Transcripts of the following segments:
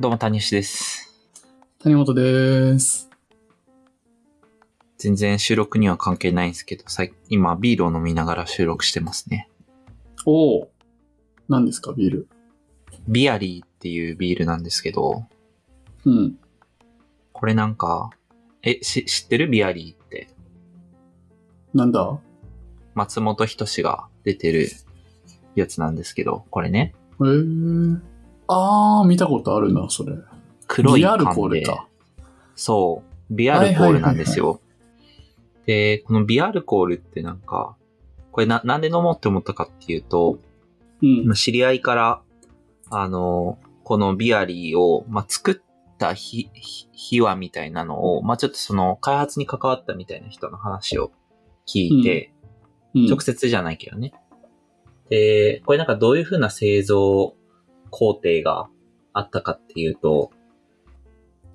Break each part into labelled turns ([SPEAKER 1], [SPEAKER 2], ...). [SPEAKER 1] どうも、谷口です。
[SPEAKER 2] 谷本です。
[SPEAKER 1] 全然収録には関係ないんですけど、さい今、ビールを飲みながら収録してますね。
[SPEAKER 2] おお。何ですか、ビール。
[SPEAKER 1] ビアリーっていうビールなんですけど、
[SPEAKER 2] うん。
[SPEAKER 1] これなんか、え、し、知ってるビアリーって。
[SPEAKER 2] なんだ
[SPEAKER 1] 松本人志が出てるやつなんですけど、これね。
[SPEAKER 2] えー。あー、見たことあるな、それ。
[SPEAKER 1] 黒い
[SPEAKER 2] リ
[SPEAKER 1] 缶
[SPEAKER 2] アルコー
[SPEAKER 1] で
[SPEAKER 2] ル。か。
[SPEAKER 1] そう。ビアルコールなんですよ。で、このビアルコールってなんか、これな、なんで飲もうって思ったかっていうと、
[SPEAKER 2] うん。
[SPEAKER 1] 知り合いから、あの、このビアリーを、まあ、作ったひ、ひ秘話みたいなのを、まあ、ちょっとその開発に関わったみたいな人の話を聞いて、
[SPEAKER 2] うん
[SPEAKER 1] 直接じゃないけどね。で、これなんかどういう風な製造工程があったかっていうと、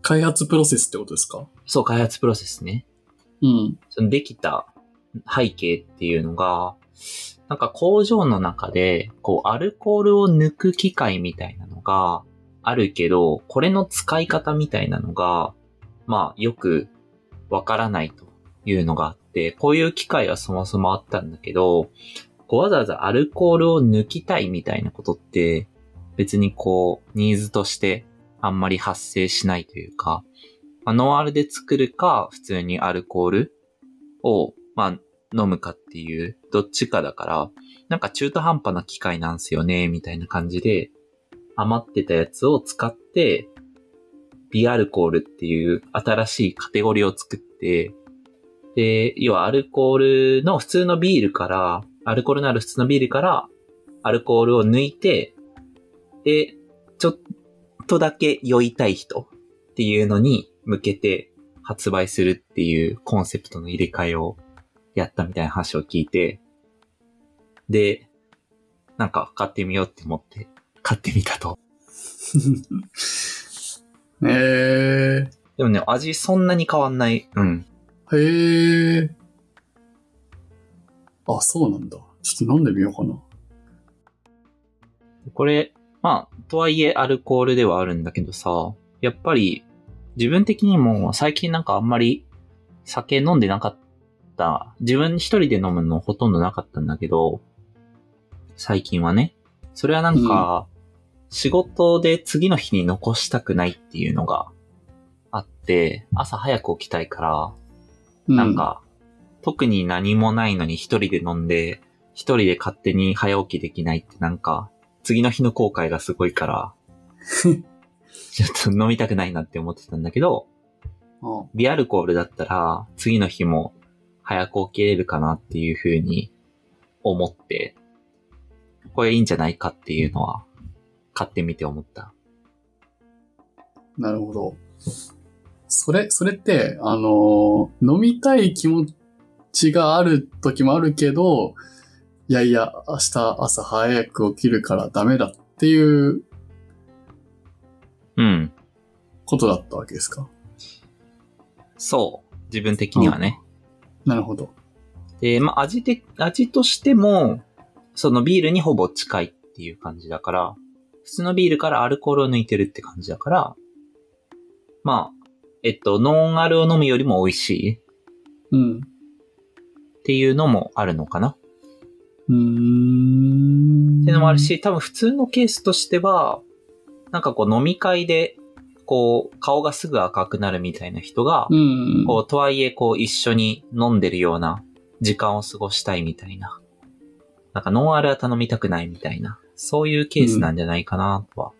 [SPEAKER 2] 開発プロセスってことですか
[SPEAKER 1] そう、開発プロセスね。
[SPEAKER 2] うん。
[SPEAKER 1] そのできた背景っていうのが、なんか工場の中で、こう、アルコールを抜く機械みたいなのがあるけど、これの使い方みたいなのが、まあ、よくわからないというのがあって、こういう機械はそもそもあったんだけど、こうわざわざアルコールを抜きたいみたいなことって、別にこう、ニーズとしてあんまり発生しないというか、まあノンアルで作るか、普通にアルコールを、まあ、飲むかっていう、どっちかだから、なんか中途半端な機械なんすよね、みたいな感じで、余ってたやつを使って、ビアルコールっていう新しいカテゴリーを作って、で、要はアルコールの普通のビールから、アルコールのある普通のビールから、アルコールを抜いて、で、ちょっとだけ酔いたい人っていうのに向けて発売するっていうコンセプトの入れ替えをやったみたいな話を聞いて、で、なんか買ってみようって思って買ってみたと。
[SPEAKER 2] え
[SPEAKER 1] でもね、味そんなに変わんない。うん。
[SPEAKER 2] ー。へえー。あ、そうなんだ。ちょっと飲んでみようかな。
[SPEAKER 1] これ、まあ、とはいえアルコールではあるんだけどさ、やっぱり自分的にも最近なんかあんまり酒飲んでなかった。自分一人で飲むのほとんどなかったんだけど、最近はね。それはなんか、仕事で次の日に残したくないっていうのがあって、朝早く起きたいから、
[SPEAKER 2] う
[SPEAKER 1] なん。か、特に何もないのに一人で飲んで、一人で勝手に早起きできないってなんか、次の日の後悔がすごいから、ちょっと飲みたくないなって思ってたんだけど、
[SPEAKER 2] あ
[SPEAKER 1] ビアルコールだったら、次の日も早く起きれるかなっていう風に思って、これいいんじゃないかっていうのは、買ってみて思った。
[SPEAKER 2] なるほど。それ、それって、あのー飲みたい気持ちがある時もあるけど、いやいや、明日朝早く起きるからダメだっていう
[SPEAKER 1] うん。
[SPEAKER 2] ことだったわけですか
[SPEAKER 1] そう。自分的にはね。
[SPEAKER 2] なるほど。
[SPEAKER 1] で、まあ、味で、味としても、そのビールにほぼ近いっていう感じだから、普通のビールからアルコールを抜いてるって感じだから、まあ、えっと、ノンアルを飲むよりも美味しい
[SPEAKER 2] うん。
[SPEAKER 1] っていうのもあるのかな。
[SPEAKER 2] うーん。
[SPEAKER 1] っていうのもある。し、多分普通のケースとしては、なんかこう飲み会で、こう、顔がすぐ赤くなるみたいな人が、
[SPEAKER 2] うん。
[SPEAKER 1] こう、とはいえ、こう、一緒に飲んでるような時間を過ごしたいみたいな。なんか、ノンアルは頼みたくないみたいな。そういうケースなんじゃないかな、とは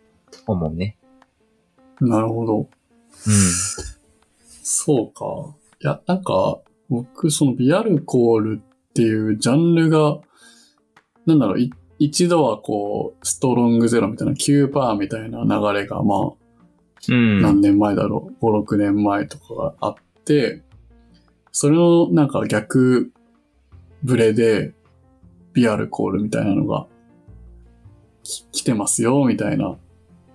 [SPEAKER 1] 思うね。
[SPEAKER 2] なるほど。
[SPEAKER 1] うん。
[SPEAKER 2] そうか。いや、なんか、僕、そのビアルコールっていうジャンルが、なんだろう、い一度はこう、ストロングゼロみたいな、9%パーみたいな流れが、まあ、
[SPEAKER 1] うん。
[SPEAKER 2] 何年前だろう、5、6年前とかがあって、それのなんか逆ブレで、ビアルコールみたいなのが、き来てますよ、みたいな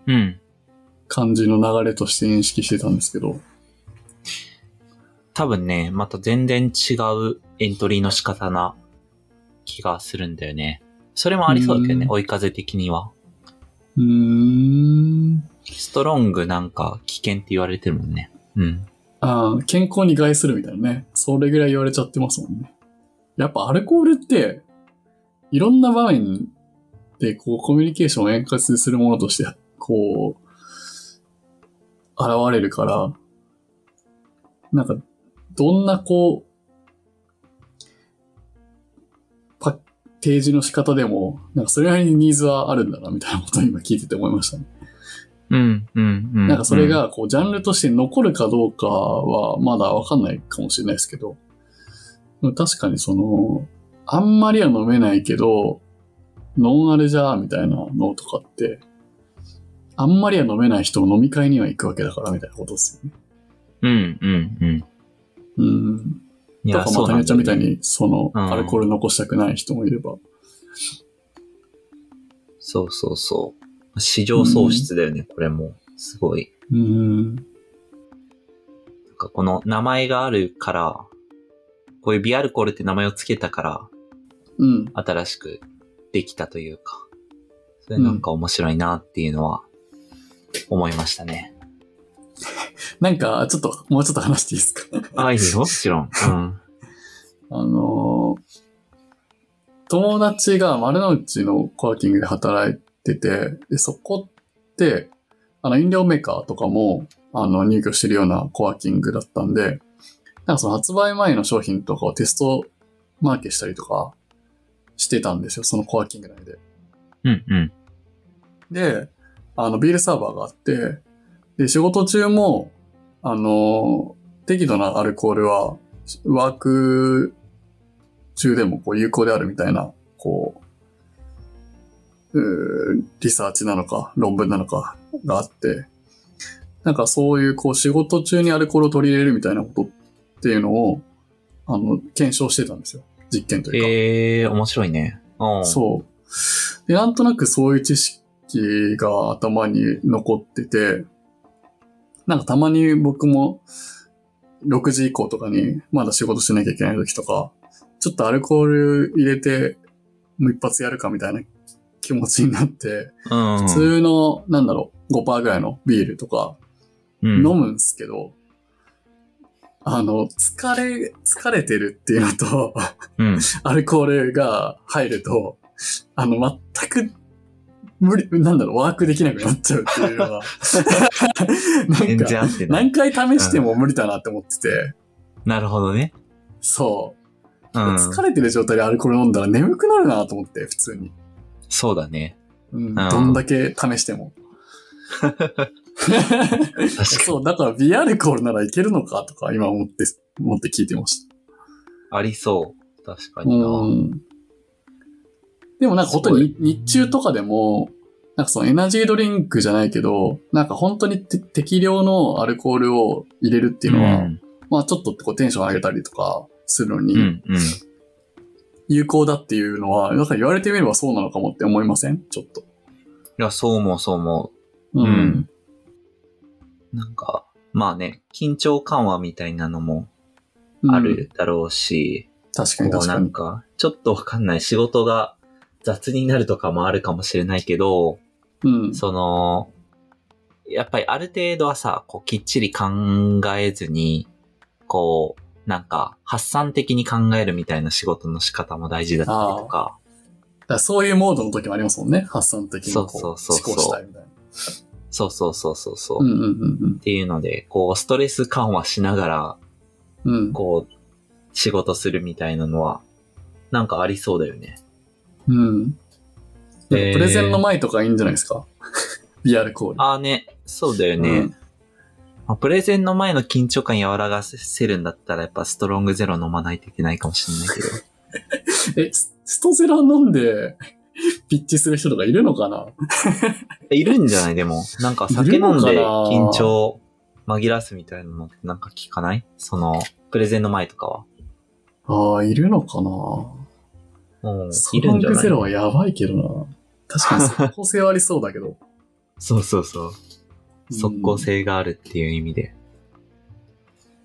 [SPEAKER 1] うん。
[SPEAKER 2] 感じの流れとして認識してたんですけど。
[SPEAKER 1] 多分ね、また全然違うエントリーの仕方な気がするんだよね。それもありそうだけどね、
[SPEAKER 2] うん
[SPEAKER 1] 追い風的には。
[SPEAKER 2] うーん。
[SPEAKER 1] ストロングなんか危険って言われてるもんね。うん。
[SPEAKER 2] あー健康に害するみたいなね。それぐらい言われちゃってますもんね。やっぱアルコールって、いろんな場面で、こう、コミュニケーションを円滑にするものとして、こう、現れるから、なんか、どんな、こう、パッケージの仕方でも、なんかそれなりにニーズはあるんだな、みたいなことを今聞いてて思いましたね。
[SPEAKER 1] うん、うん、うん。
[SPEAKER 2] なんかそれが、こう、ジャンルとして残るかどうかは、まだわかんないかもしれないですけど、でも確かにその、あんまりは飲めないけど、ノンアルじゃ、みたいなのとかって、あんまりは飲めない人も飲み会には行くわけだから、みたいなことですよね。
[SPEAKER 1] うん、うん、うん。
[SPEAKER 2] うん。
[SPEAKER 1] い
[SPEAKER 2] とか、まあ、た
[SPEAKER 1] な
[SPEAKER 2] め
[SPEAKER 1] ん
[SPEAKER 2] ちゃんみたい
[SPEAKER 1] だよね
[SPEAKER 2] に、その、
[SPEAKER 1] うん
[SPEAKER 2] アルコール残したくない人もいれば。
[SPEAKER 1] そうそうそう。市場喪失だよね、これも。すごい。
[SPEAKER 2] うん。
[SPEAKER 1] なんかこの名前があるから、こういうビアルコールって名前をつけたから、
[SPEAKER 2] うん。
[SPEAKER 1] 新しくできたというか、それなんか面白いなっていうのは、思いましたね。
[SPEAKER 2] なんか、ちょっと、もうちょっと話していいですか
[SPEAKER 1] あ、いいよ、もちろん。うん。
[SPEAKER 2] あのー友達が丸の内のコワーキングで働いてて、で、そこって、あの、飲料メーカーとかも、あの、入居してるようなコワーキングだったんで、なんかその発売前の商品とかをテストマーケしたりとかしてたんですよ、そのコワーキング内で。
[SPEAKER 1] うん、うん。
[SPEAKER 2] で、あの、ビールサーバーがあって、で、仕事中も、あの、適度なアルコールは、ワーク中でもこう有効であるみたいな、こう、うーリサーチなのか、論文なのかがあって、なんかそういう、こう、仕事中にアルコールを取り入れるみたいなことっていうのを、あの、検証してたんですよ。実験というか。
[SPEAKER 1] ええー、面白いね。うん。
[SPEAKER 2] そう。で、なんとなくそういう知識が頭に残ってて、なんかたまに僕も6時以降とかにまだ仕事しなきゃいけない時とか、ちょっとアルコール入れてもう一発やるかみたいな気持ちになって、
[SPEAKER 1] う。ん。
[SPEAKER 2] 普通の、なんだろう、5%ぐらいのビールとか
[SPEAKER 1] うん、
[SPEAKER 2] 飲むんですけど、あの、疲れ、疲れてるっていうのと、
[SPEAKER 1] うん。
[SPEAKER 2] アルコールが入ると、あの、全く、無理、なんだろう、ワークできなくなっちゃうって いうのは、なん
[SPEAKER 1] 全
[SPEAKER 2] か、
[SPEAKER 1] 然合ってない。
[SPEAKER 2] 何回試しても無理だなって思ってて、
[SPEAKER 1] なるほどね。
[SPEAKER 2] そう。
[SPEAKER 1] うん。
[SPEAKER 2] 疲れてる状態でアルコール飲んだら眠くなるなと思って、普通に。
[SPEAKER 1] そうだね。
[SPEAKER 2] うん、
[SPEAKER 1] あー
[SPEAKER 2] どんだけ試し ても。
[SPEAKER 1] 確かに。
[SPEAKER 2] そう、だから、ビアルコールならいけるのかとか、今思って、思って聞いてました。
[SPEAKER 1] ありそう。確かにな。
[SPEAKER 2] うん。でもなんか本当に日中とかでも、なんかそのエナジードリンクじゃないけど、なんか本当にて適量のアルコールを入れるっていうのは、
[SPEAKER 1] うん
[SPEAKER 2] まあちょっとこうテンション上げたりとかするの
[SPEAKER 1] う
[SPEAKER 2] に
[SPEAKER 1] ん、うん。
[SPEAKER 2] 有効だっていうのは、なんか言われてみればそうなのかもって思いませんちょっと。
[SPEAKER 1] いや、そう思う、そう思
[SPEAKER 2] う
[SPEAKER 1] うん。う。なんか、まあね、緊張緩和みたいなのも
[SPEAKER 2] うん
[SPEAKER 1] あ。るだろうし、
[SPEAKER 2] 確かに
[SPEAKER 1] こう
[SPEAKER 2] 確
[SPEAKER 1] な
[SPEAKER 2] か
[SPEAKER 1] ん
[SPEAKER 2] に。
[SPEAKER 1] か、ちょっとわかんない仕事が雑になるとかもあるかもしれないけど、
[SPEAKER 2] うん。
[SPEAKER 1] その、やっぱりある程度はさ、こうきっちり考えずに、こう、なんか発散的に考えるみたいな仕事の仕方も大事だったりとか、
[SPEAKER 2] だからそういうモードの時もありますもんね。発散的にこう
[SPEAKER 1] そうそうそうそう
[SPEAKER 2] 思考したいみたいな。
[SPEAKER 1] そうそうそうそうそう。
[SPEAKER 2] うん
[SPEAKER 1] っ
[SPEAKER 2] うんうん
[SPEAKER 1] ていうので、こう、ストレス緩和しながら、
[SPEAKER 2] うん。うん
[SPEAKER 1] こう、仕事するみたいなのは、なんかありそうだよね。
[SPEAKER 2] うん。なんかプ
[SPEAKER 1] えー
[SPEAKER 2] レゼンの前とかいいんじゃないですか ビアルコール。
[SPEAKER 1] ああね、そうだよね。
[SPEAKER 2] うん
[SPEAKER 1] まあプレゼンの前の緊張感和らせるんだったら、やっぱストロングゼロ飲まないといけないかもしれないけど。
[SPEAKER 2] え、スストゼラ飲んで、 ピッチする人とかいるのかない
[SPEAKER 1] るんじゃ ないでも、なんか酒飲んで緊張紛らわすみたいなのってなんか聞かないその、プレゼンの前とかは。
[SPEAKER 2] ああ、いるのかな
[SPEAKER 1] うん、
[SPEAKER 2] ス
[SPEAKER 1] い
[SPEAKER 2] ト
[SPEAKER 1] る
[SPEAKER 2] ロ
[SPEAKER 1] ん
[SPEAKER 2] ン
[SPEAKER 1] じゃ
[SPEAKER 2] グ
[SPEAKER 1] ない
[SPEAKER 2] ゼロはやばいけどな。確かに即効性はありそうだけど。
[SPEAKER 1] そうそうそう。
[SPEAKER 2] うん
[SPEAKER 1] 即効。性があるっていう意味で。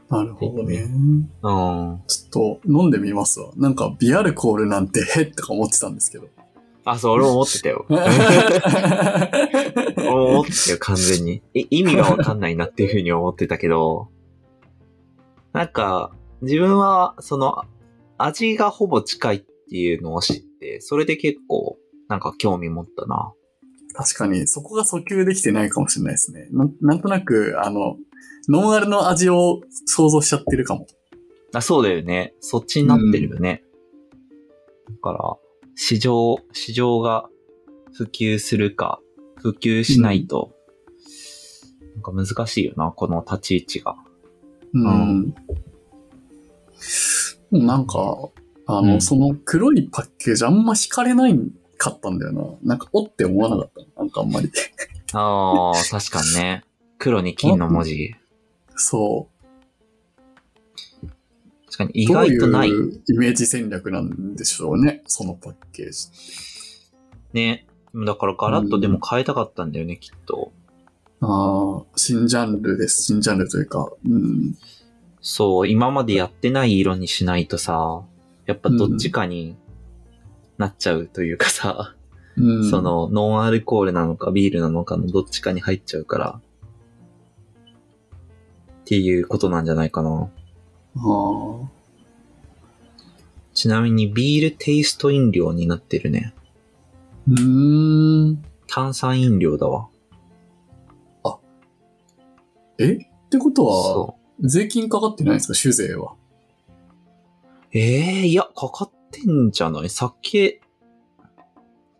[SPEAKER 2] なるほどね。
[SPEAKER 1] うん。
[SPEAKER 2] ちょっと飲んでみますわ。なんかビアルコール なんてへっとか思ってたんですけど。
[SPEAKER 1] あ、そう、俺も思ってたよ。思ってよ、完全に。い意味がわかんないなっていうふうに思ってたけど、なんか、自分は、その、味がほぼ近いっていうのを知って、それで結構、なんか興味持ったな。
[SPEAKER 2] 確かに、そこが訴求できてないかもしれないですね。なんなんとなく、あの、ノンアルの味を想像しちゃってるかも。
[SPEAKER 1] あそうだよね。そっちになってるよね。だから、市場、市場が普及するか、普及しないと、なんか難しいよな、この立ち位置が。
[SPEAKER 2] うん。なんか、あの、
[SPEAKER 1] うん
[SPEAKER 2] その黒いパッケージあんま惹かれないかったんだよな。なんか、おって思わなかった。なんかあん まり。
[SPEAKER 1] ああ、確かに ね。黒に金の文字。
[SPEAKER 2] そ
[SPEAKER 1] 確かに
[SPEAKER 2] う。
[SPEAKER 1] 意外とない
[SPEAKER 2] どう。いうイメージ戦略なんでしょうね。そのパッケージ。
[SPEAKER 1] ね。だからガラッとでも変えたかったんだよね、きっと。
[SPEAKER 2] ああ、新ジャンルです。新ジャンルというか、うん。
[SPEAKER 1] そう、今までやってない色にしないとさ、やっぱどっちかになっちゃうというかさ、
[SPEAKER 2] うん、
[SPEAKER 1] そ、のノンアルコールなのかビールなのかのどっちかに入っちゃうから、っていうことなんじゃないかな。
[SPEAKER 2] ああ、
[SPEAKER 1] ちなみにビールテイスト飲料になってるね。
[SPEAKER 2] うーん。
[SPEAKER 1] 炭酸飲料だわ。
[SPEAKER 2] えってことは、
[SPEAKER 1] そう。
[SPEAKER 2] 税金かかってないんですか酒税は。
[SPEAKER 1] ええいや、かかってんじゃない酒、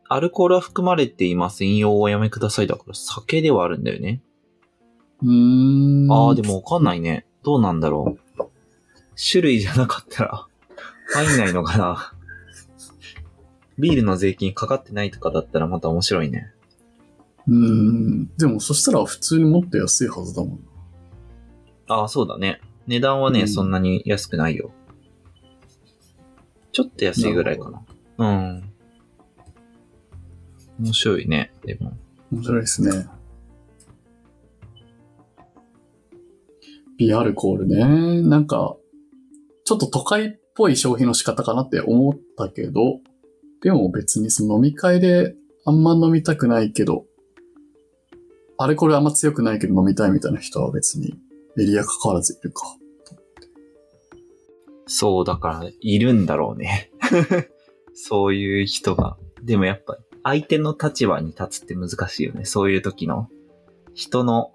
[SPEAKER 1] アルコールは含まれています。引用をおやめください。だから酒ではあるんだよね。
[SPEAKER 2] うーん。
[SPEAKER 1] ああ、でもわかんないね。どうなんだろう。種類じゃなかったら、入んないのかな。ビールの税金かかってないとかだったらまた面白いね。
[SPEAKER 2] うん。でも、そしたら普通にもっと安いはずだもんな。
[SPEAKER 1] ああ、そうだね。値段はね、
[SPEAKER 2] うん
[SPEAKER 1] そんなに安くないよ。ちょっと安いぐらいかな。うん。面白いね、でも。
[SPEAKER 2] 面白いですね。ビアルコールね。なんか、ちょっと都会っぽい消費の仕方かなって思ったけど、でも別にその飲み会であんま飲みたくないけど、アルコールあんま強くないけど飲みたいみたいな人は別にエリア関わらずいるか。
[SPEAKER 1] そう、だから、いるんだろうね。 そういう人が。でもやっぱ、相手の立場に立つって難しいよね。そういう時の、人の、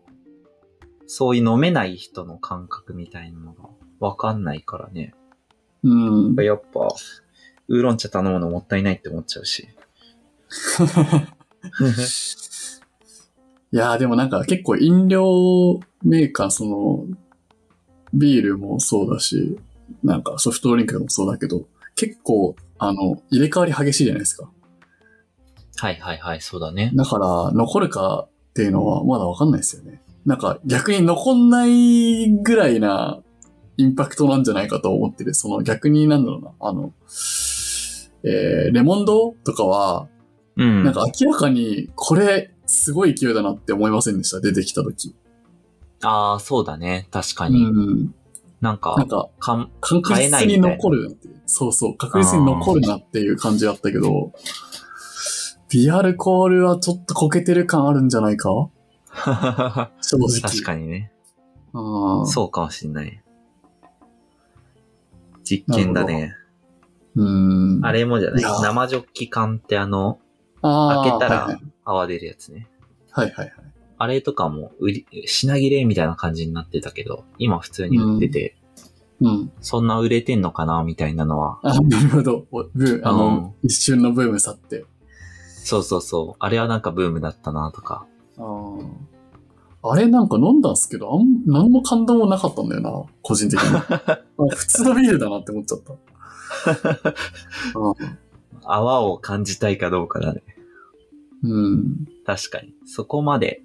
[SPEAKER 1] そういう飲めない人の感覚みたいなのが、わかんないからね。
[SPEAKER 2] うん。
[SPEAKER 1] やっぱ、ウーロン茶頼むのもったいないって思っちゃう し。
[SPEAKER 2] いやーでもなんか結構飲料メーカー、その、ビールもそうだし、なんかソフトドリンクもそうだけど、結構、あの、入れ替わり激しいじゃないですか。
[SPEAKER 1] はいはいはい、そうだね。
[SPEAKER 2] だから、残るかっていうのはまだわかんないですよね。なんか逆に残んないぐらいなインパクトなんじゃないかと思ってる。その逆になんだろうな、あの、えー、レモンドとかは、
[SPEAKER 1] うん。
[SPEAKER 2] なんか明らかにこれすごい勢いだなって思いませんでした、出てきた時。
[SPEAKER 1] ああ、そうだね。確か
[SPEAKER 2] う
[SPEAKER 1] に。
[SPEAKER 2] ん。
[SPEAKER 1] なん
[SPEAKER 2] なん
[SPEAKER 1] か、
[SPEAKER 2] か、
[SPEAKER 1] かん、
[SPEAKER 2] 確実に残るなっていう。そうそう。確実に残るなっていう感じだったけど、ビアルコールはちょっとこけてる感あるんじゃないか
[SPEAKER 1] 確
[SPEAKER 2] 正直。
[SPEAKER 1] かにね。
[SPEAKER 2] あー
[SPEAKER 1] そうかもしんない。実験だね。
[SPEAKER 2] う。ん。
[SPEAKER 1] あれもじゃない
[SPEAKER 2] いやー
[SPEAKER 1] 生ジョッキ缶ってあの、
[SPEAKER 2] あ
[SPEAKER 1] 開け
[SPEAKER 2] ー
[SPEAKER 1] た
[SPEAKER 2] はい
[SPEAKER 1] ら泡出るやつね。
[SPEAKER 2] はい、はいはいはい
[SPEAKER 1] あれとかも売り、品切れみたいな感じになってたけど、今普通に売ってて、
[SPEAKER 2] うん。
[SPEAKER 1] そんな売れてんのかなみたいなのは。
[SPEAKER 2] あ、なるほど。おブーあの、一瞬のブーム去って。
[SPEAKER 1] そうそうそう。あれはなんかブームだったなとか。
[SPEAKER 2] あーあれなんか飲んだんすけど、あん、何も感動もなかったんだよな、個人的に。 あ普通のビールだなって思っちゃった。あー
[SPEAKER 1] 泡を感じたいかどうかだね。
[SPEAKER 2] うん。
[SPEAKER 1] 確かに。そこまで、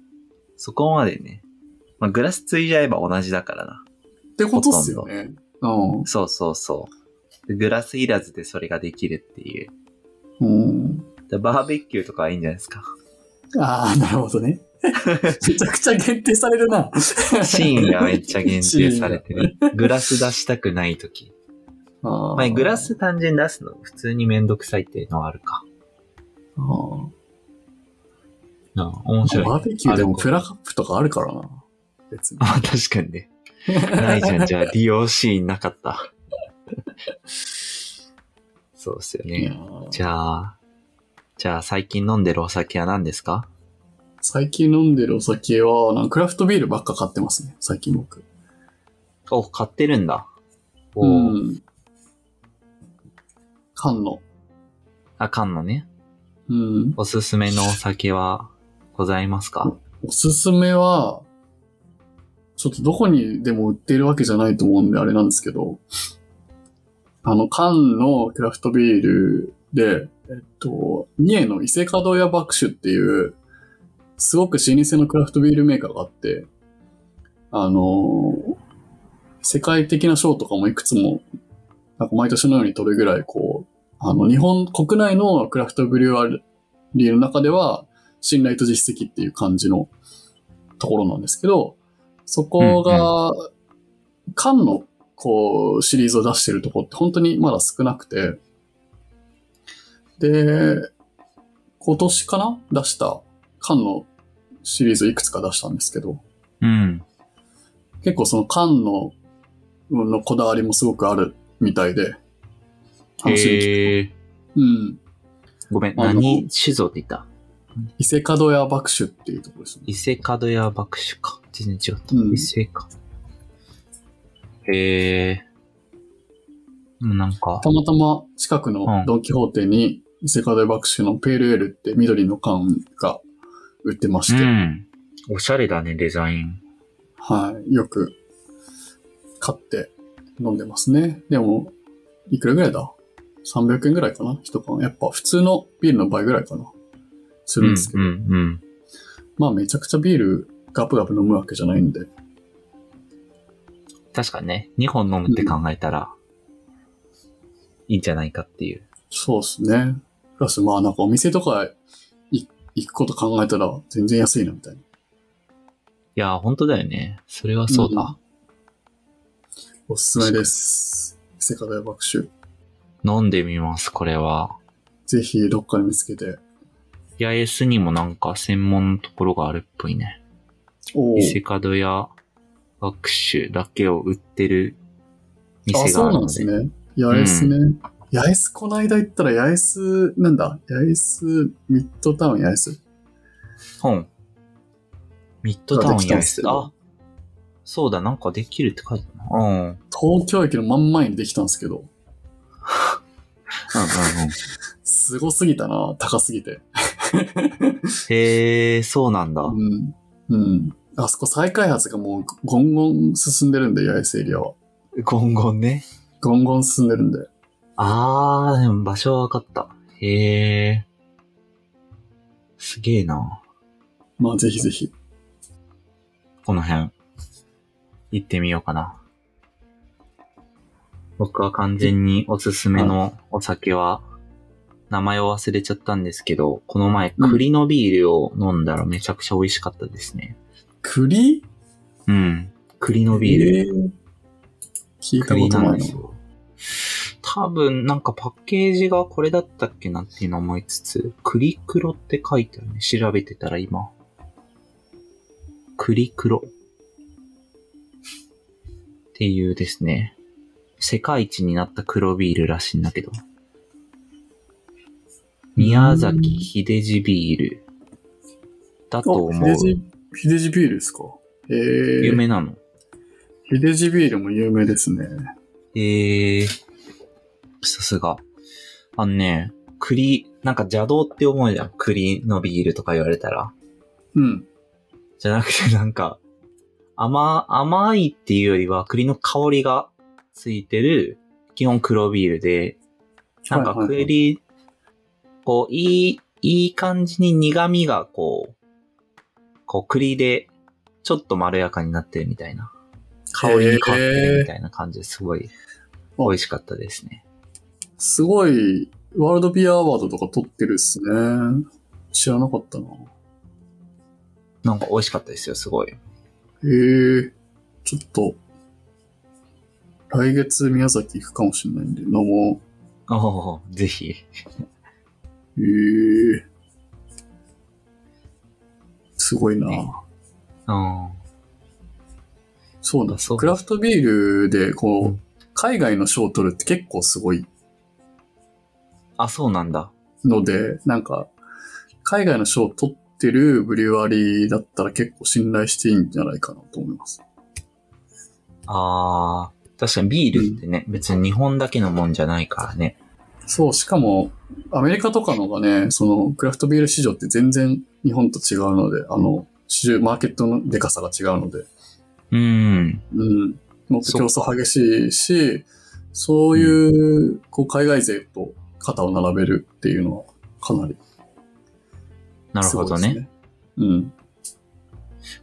[SPEAKER 1] そこまでね。まあ、グラスついじゃえば同じだからな。
[SPEAKER 2] ってことっすよね。うん。
[SPEAKER 1] そうそうそう。グラスいらずでそれができるっていう。
[SPEAKER 2] うん。
[SPEAKER 1] でバーベキューとかはいいんじゃないですか。
[SPEAKER 2] ああ、なるほどね。めちゃくちゃ限定されるな。
[SPEAKER 1] シーンがめっちゃ限定されてる。グラス出したくないとき。
[SPEAKER 2] あ
[SPEAKER 1] まあ、
[SPEAKER 2] ー
[SPEAKER 1] グラ。ス単純に出すの普通にめんどくさいっていうのはあるか。
[SPEAKER 2] あー
[SPEAKER 1] な面白い。
[SPEAKER 2] バーベキューでもプラカップとかあるからな。別に。
[SPEAKER 1] あ、確かにね。ないじゃん、じゃあ、利用シーンなか った。そうですよ
[SPEAKER 2] いや
[SPEAKER 1] ね。
[SPEAKER 2] ー
[SPEAKER 1] じゃあ、じゃあ、最近飲んでるお酒は何ですか
[SPEAKER 2] 最近飲んでるお酒は、なんかクラフトビールばっか買ってますね、最近僕。
[SPEAKER 1] お、買ってるんだ。おー
[SPEAKER 2] ん。缶の。
[SPEAKER 1] あかんのね。
[SPEAKER 2] うん。
[SPEAKER 1] おすすめのお酒はございますか
[SPEAKER 2] おすすめは、ちょっとどこにでも売ってるわけじゃないと思うんであれなんですけど、あの、缶のクラフトビールで、えっと、三重の伊勢門屋爆酒っていう、すごく老舗のクラフトビールメーカーがあって、あの、世界的な賞とかもいくつも、なんか毎年のように取るぐらい、こう、あの、日本国内のクラフトビールアリーの中では、信頼と実績っていう感じのところなんですけど、そこが、缶の、こう、シリーズを出してるところって本当にまだ少なくて、で、今年かな出した缶のシリーズをいくつか出したんですけど、
[SPEAKER 1] うん。
[SPEAKER 2] 結構その缶の、のこだわりもすごくあるみたいで、楽しみです
[SPEAKER 1] えー、
[SPEAKER 2] うん。
[SPEAKER 1] ごめん、
[SPEAKER 2] あの
[SPEAKER 1] 何酒造って言った
[SPEAKER 2] 伊勢門屋爆酒っていうところですね。
[SPEAKER 1] 伊勢門屋爆酒か。全然違った。
[SPEAKER 2] うん
[SPEAKER 1] 伊勢か。へえー。でもなんか、
[SPEAKER 2] たまたま近く
[SPEAKER 1] う
[SPEAKER 2] の
[SPEAKER 1] ん
[SPEAKER 2] ドン・キホーテに、伊勢門屋爆酒のペールエールって緑の缶が売ってま
[SPEAKER 1] う
[SPEAKER 2] して、
[SPEAKER 1] ん。おしゃれだね、デザイン。
[SPEAKER 2] はい。よく買って飲んでますね。でも、いくらぐらいだ ?300 円ぐらいかな一缶。やっぱ普通のビールの倍ぐらいかなするんですけど。
[SPEAKER 1] うん、うん、
[SPEAKER 2] まあめちゃくちゃビールガブガブ飲むわけじゃないんで。
[SPEAKER 1] うん。確かにね、2本飲むって考えたら、いいんじゃないかっていう。
[SPEAKER 2] そうですね。プラスまあなんかお店とかい行くこと考えたら全然安いなみたいな。
[SPEAKER 1] いやー、本当だよね。それはそうだ。
[SPEAKER 2] おすすめです。伊勢門屋爆酒。
[SPEAKER 1] 飲んでみます、これは。
[SPEAKER 2] ぜひどっかで見つけて。
[SPEAKER 1] 八重洲にもなんか専門のところがあるっぽいね。
[SPEAKER 2] おー
[SPEAKER 1] 伊勢門屋学習だけを売ってる
[SPEAKER 2] あ、
[SPEAKER 1] 店
[SPEAKER 2] そ
[SPEAKER 1] が
[SPEAKER 2] う
[SPEAKER 1] あ
[SPEAKER 2] な
[SPEAKER 1] る
[SPEAKER 2] ん
[SPEAKER 1] の
[SPEAKER 2] です
[SPEAKER 1] で。
[SPEAKER 2] ね。八重洲ね。八重洲、この間行ったら八重洲、なんだ八重洲、ミッドタウン八重洲。
[SPEAKER 1] 本。ミッドタウン八重洲。
[SPEAKER 2] が
[SPEAKER 1] あ、そうだ、なんかできるって書いてあるな。うん。うんうんうん。
[SPEAKER 2] 東京駅の真ん前にできたんですけど、すごすぎたな、高すぎて。
[SPEAKER 1] へえ、そうなんだ。
[SPEAKER 2] うん。うん。あそこ再開発がもうゴンゴン進んでるんで、八重洲エリアは。
[SPEAKER 1] ゴンゴンね。
[SPEAKER 2] ゴンゴン進んでるんで。
[SPEAKER 1] あー、でも場所は分かった。へえ。すげえな。
[SPEAKER 2] まあ、ぜひぜひ。
[SPEAKER 1] この辺、行ってみようかな。僕は完全におすすめのお酒は、名前を忘れちゃったんですけど、この前、
[SPEAKER 2] うん
[SPEAKER 1] 栗のビールを飲んだらめちゃくちゃ美味しかったですね。
[SPEAKER 2] 栗
[SPEAKER 1] うん。栗のビール。
[SPEAKER 2] えー聞いたこ
[SPEAKER 1] 栗
[SPEAKER 2] と
[SPEAKER 1] なん
[SPEAKER 2] な
[SPEAKER 1] で
[SPEAKER 2] い
[SPEAKER 1] す
[SPEAKER 2] な。
[SPEAKER 1] よ。多分、なんかパッケージがこれだったっけなっていうのを思いつつ、栗黒って書いてあるね。調べてたら今。栗黒。っていうですね。世界一になった黒ビールらしいんだけど。宮崎秀治ビール。だと
[SPEAKER 2] お、
[SPEAKER 1] 思
[SPEAKER 2] ヒデ
[SPEAKER 1] う。
[SPEAKER 2] ジ、ヒデジビールですかえ
[SPEAKER 1] 有
[SPEAKER 2] ー、
[SPEAKER 1] 名なの
[SPEAKER 2] ヒデジビールも有名ですね。
[SPEAKER 1] ええー、さすが。あのね、栗、なんか邪道って思うじゃん。栗のビールとか言われたら。
[SPEAKER 2] うん。
[SPEAKER 1] じゃなくてなんか、甘、甘いっていうよりは栗の香りがついてる、基本黒ビールで、なんか
[SPEAKER 2] はいはいはい
[SPEAKER 1] 栗、こう、いい、いい感じに苦味がこう、こう栗で、ちょっとまろやかになってるみたいな。香りに変わってるみたいな感じですごい、美味しかったですね。
[SPEAKER 2] すごい、ワールドビアアワードとか取ってるっすね。知らなかったな。
[SPEAKER 1] なんか美味しかったですよ、すごい。
[SPEAKER 2] えー、ちょっと、来月宮崎行くかもしれないんで、飲も
[SPEAKER 1] おおぜひ。
[SPEAKER 2] う。えー、すごいな、
[SPEAKER 1] ねうん。
[SPEAKER 2] そうだ。
[SPEAKER 1] そう
[SPEAKER 2] クラフトビールで、こう、
[SPEAKER 1] うん
[SPEAKER 2] 海外の賞を取るって結構すごい
[SPEAKER 1] あ、そうなんだ。
[SPEAKER 2] ので、なんか、海外の賞を取ってるブリュワリーだったら結構信頼していいんじゃないかなと思います。
[SPEAKER 1] あー、確かにビールってね、別に日本だけのもんじゃないからね。
[SPEAKER 2] そう、しかも、アメリカとかのがね、その、クラフトビール市場って全然日本と違うので、あの、市場、マーケットのデカさが違うので、
[SPEAKER 1] うん。
[SPEAKER 2] うん。もっと競争激しいし、そういう、こう、海外勢と肩を並べるっていうのは、かなり
[SPEAKER 1] なる
[SPEAKER 2] すご
[SPEAKER 1] ほ
[SPEAKER 2] いで
[SPEAKER 1] どね。
[SPEAKER 2] すね。うん。
[SPEAKER 1] こ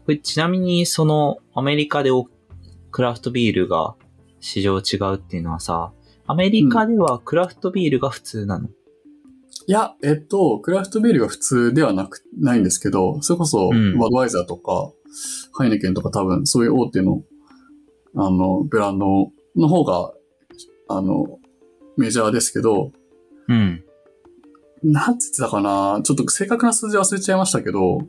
[SPEAKER 1] れちなみに、その、アメリカでおクラフトビールが市場違うっていうのはさ、アメリカではクラフトビールが普通なの。
[SPEAKER 2] いや、えっと、クラフトビールが普通ではなく、ないんですけど、それこそ、
[SPEAKER 1] うん
[SPEAKER 2] バドワイザーとか、ハイネケンとか多分、そういう大手の、あの、ブランドの方が、あの、メジャーですけど、
[SPEAKER 1] うん。
[SPEAKER 2] なんつってたかなちょっと正確な数字忘れちゃいましたけど、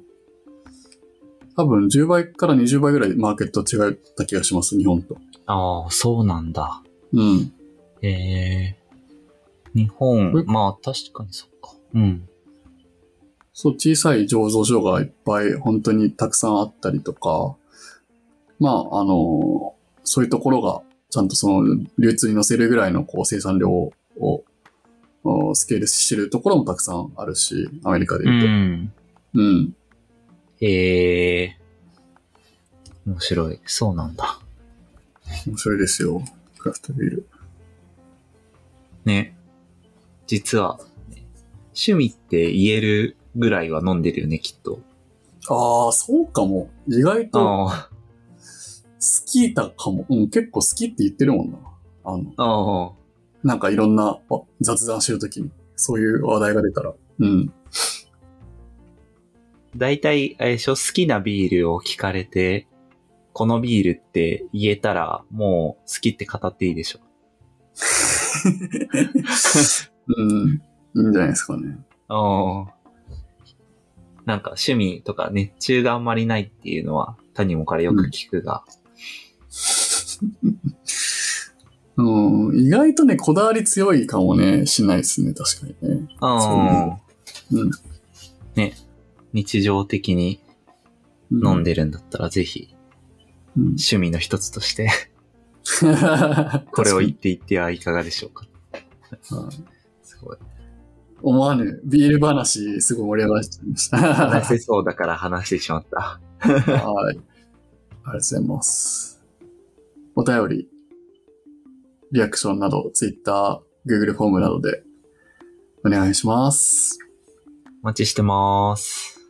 [SPEAKER 2] 多分10倍から20倍ぐらいマーケット違った気がします、日本と。
[SPEAKER 1] ああ、そうなんだ。
[SPEAKER 2] うん。
[SPEAKER 1] ええ日本
[SPEAKER 2] え、
[SPEAKER 1] まあ確かにそっか。うん。
[SPEAKER 2] そう、小さい醸造所がいっぱい本当にたくさんあったりとか、まあ、あの、そういうところがちゃんとその流通に乗せるぐらいのこう生産量を、おスケールしてるところもたくさんあるし、アメリカで
[SPEAKER 1] う
[SPEAKER 2] 言うと。
[SPEAKER 1] ん。
[SPEAKER 2] うん。
[SPEAKER 1] ええ面白い。そうなんだ。
[SPEAKER 2] 面白いですよ。クラフトビール。
[SPEAKER 1] ね。実は、趣味って言えるぐらいは飲んでるよね、きっと。
[SPEAKER 2] ああ、そうかも。意外と
[SPEAKER 1] あ
[SPEAKER 2] 好きだかも。うん、結構好きって言ってるもんな。あの、
[SPEAKER 1] あ、ああ。
[SPEAKER 2] なんかいろんなあ雑談してるときに、そういう話題が出たら。うん。
[SPEAKER 1] 大体、あれでしょ、好きなビールを聞かれて、このビールって言えたら、もう好きって語っていいでしょ。
[SPEAKER 2] うん。いいんじゃないですかね。
[SPEAKER 1] ああ。なんか趣味とか熱中があんまりないっていうのは、他にもからよく聞くが。
[SPEAKER 2] うん、意外とね、こだわり強いかもね、しないですね、確かにね。
[SPEAKER 1] ああ。
[SPEAKER 2] うん
[SPEAKER 1] ね。日常的に
[SPEAKER 2] う
[SPEAKER 1] 飲ん。でるんだったら、ぜひ、
[SPEAKER 2] うん、
[SPEAKER 1] 趣味の一つとして、 こ れを言っていってはいかがでしょうか。
[SPEAKER 2] 確かに
[SPEAKER 1] すごい。
[SPEAKER 2] 思わぬ、ビール話、すごい盛り上がっちゃい ました。
[SPEAKER 1] 話
[SPEAKER 2] は
[SPEAKER 1] せ
[SPEAKER 2] い。
[SPEAKER 1] そうだから話してしまった。
[SPEAKER 2] ありがとうございます。お便り、リアクションなど、Twitter、Google フォームなどで、お願いします。
[SPEAKER 1] お待ちしてます。